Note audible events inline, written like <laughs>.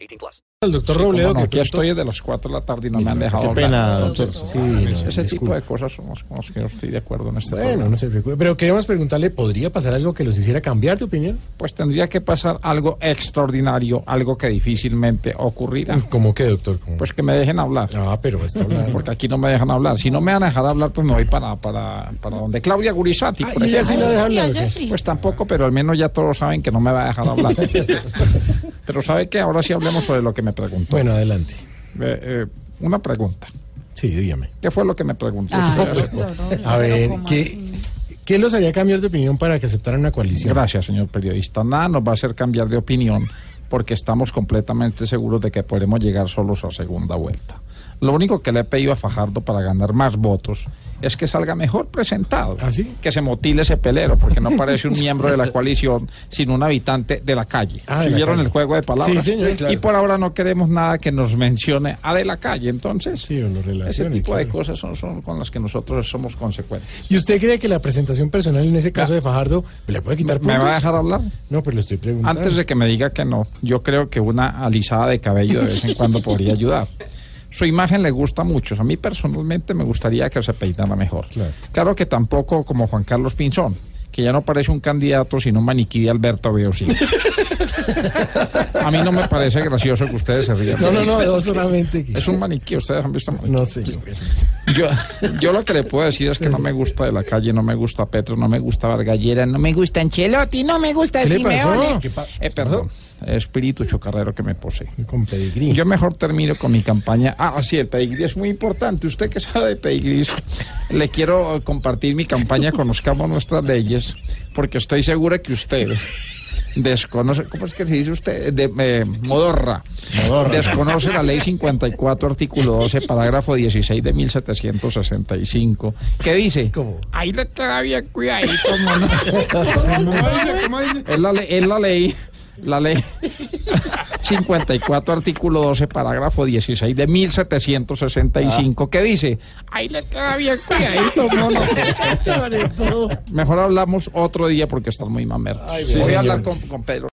18 plus. El doctor Sí, Robledo, cómo no, que aquí pronto- estoy desde las 4 de la tarde y no me han dejado Qué hablar. pena, Ah, doctor. Sí, no, Ese tipo disculpe. de cosas son las con las que yo estoy de acuerdo en este Bueno, programa. no se preocupe. Pero queríamos preguntarle, ¿podría pasar algo que los hiciera cambiar de opinión? Pues tendría que pasar algo extraordinario, algo que difícilmente ocurrirá. ¿Cómo qué, doctor? ¿Cómo? Pues que me dejen hablar. ah, pero está hablando. Porque aquí no me dejan hablar. Si no me van a dejar hablar, pues me voy para, para, para donde Claudia Gurizati, Ah, por y ella sí ejemplo. la deja Sí, hablar. yo ¿o qué? sí. Pues tampoco, pero al menos ya todos saben que no me va a dejar <laughs> hablar. pero sabe que ahora sí hablemos sobre lo que me preguntó. Bueno, adelante. Eh, eh, una pregunta. Sí, dígame. pues, ¿Qué fue lo que me preguntó Ah, Ay, usted? doctor Robledo, A ver, ¿cómo ¿qué, así? ¿qué los haría cambiar de opinión para que aceptaran una coalición? Gracias, señor periodista. Nada nos va a hacer cambiar de opinión porque estamos completamente seguros de que podremos llegar solos a segunda vuelta. Lo único que le he pedido a Fajardo para ganar más votos es que salga mejor presentado. ¿Ah, sí? Que se motile ese pelero, porque no parece un miembro de la coalición, sino un habitante de la calle. Ah, de ¿Sí la vieron calle. el juego de palabras? Sí, señor, Sí, claro. Y por ahora no queremos nada que nos mencione a de la calle. Entonces, Sí, o lo ese relacione, tipo de claro. cosas son, son con las que nosotros somos consecuentes. ¿Y usted cree que la presentación personal en ese caso de Fajardo le puede quitar puntos? ¿Me va a dejar hablar? No, pero le estoy preguntando. Antes de que me diga que no, yo creo que una alisada de cabello de vez <laughs> en cuando podría ayudar. Su imagen le gusta mucho. A mí personalmente me gustaría que se peinara mejor. Claro. que tampoco como Juan Carlos Pinzón, que ya no parece un candidato sino un maniquí de Alberto Beosí. <laughs> A mí no me parece gracioso que ustedes se rían. No, no, no, yo solamente. que- Es un maniquí, ustedes han visto maniquí. No sé. Yo, yo lo que le puedo decir es que no me gusta de la calle, no me gusta Petro, no me gusta Vargallera, no me gusta Ancelotti, no me gusta ¿Qué le pasó? Simeone. ¿Qué pa- Eh, perdón, espíritu chocarrero que me posee. Con pedigrí. Yo mejor termino con mi campaña. Ah, sí, el pedigrí es muy importante. Usted que sabe de pedigrís, le quiero eh, compartir mi campaña, conozcamos nuestras leyes, porque estoy segura que usted desconoce, ¿cómo es que se dice usted? De, eh, modorra. Modorra. Desconoce la ley 54, artículo 12, parágrafo 16 de 1765, que dice, ¿Cómo? ahí le queda bien cuidadito, mono". Es la, le- es la ley, la ley 54, artículo 12, parágrafo 16 de 1765, que dice, ahí le queda bien cuidadito, mono". Mejor hablamos otro día porque estás muy mamerto. Ay, Voy bien. a hablar con, con Pedro.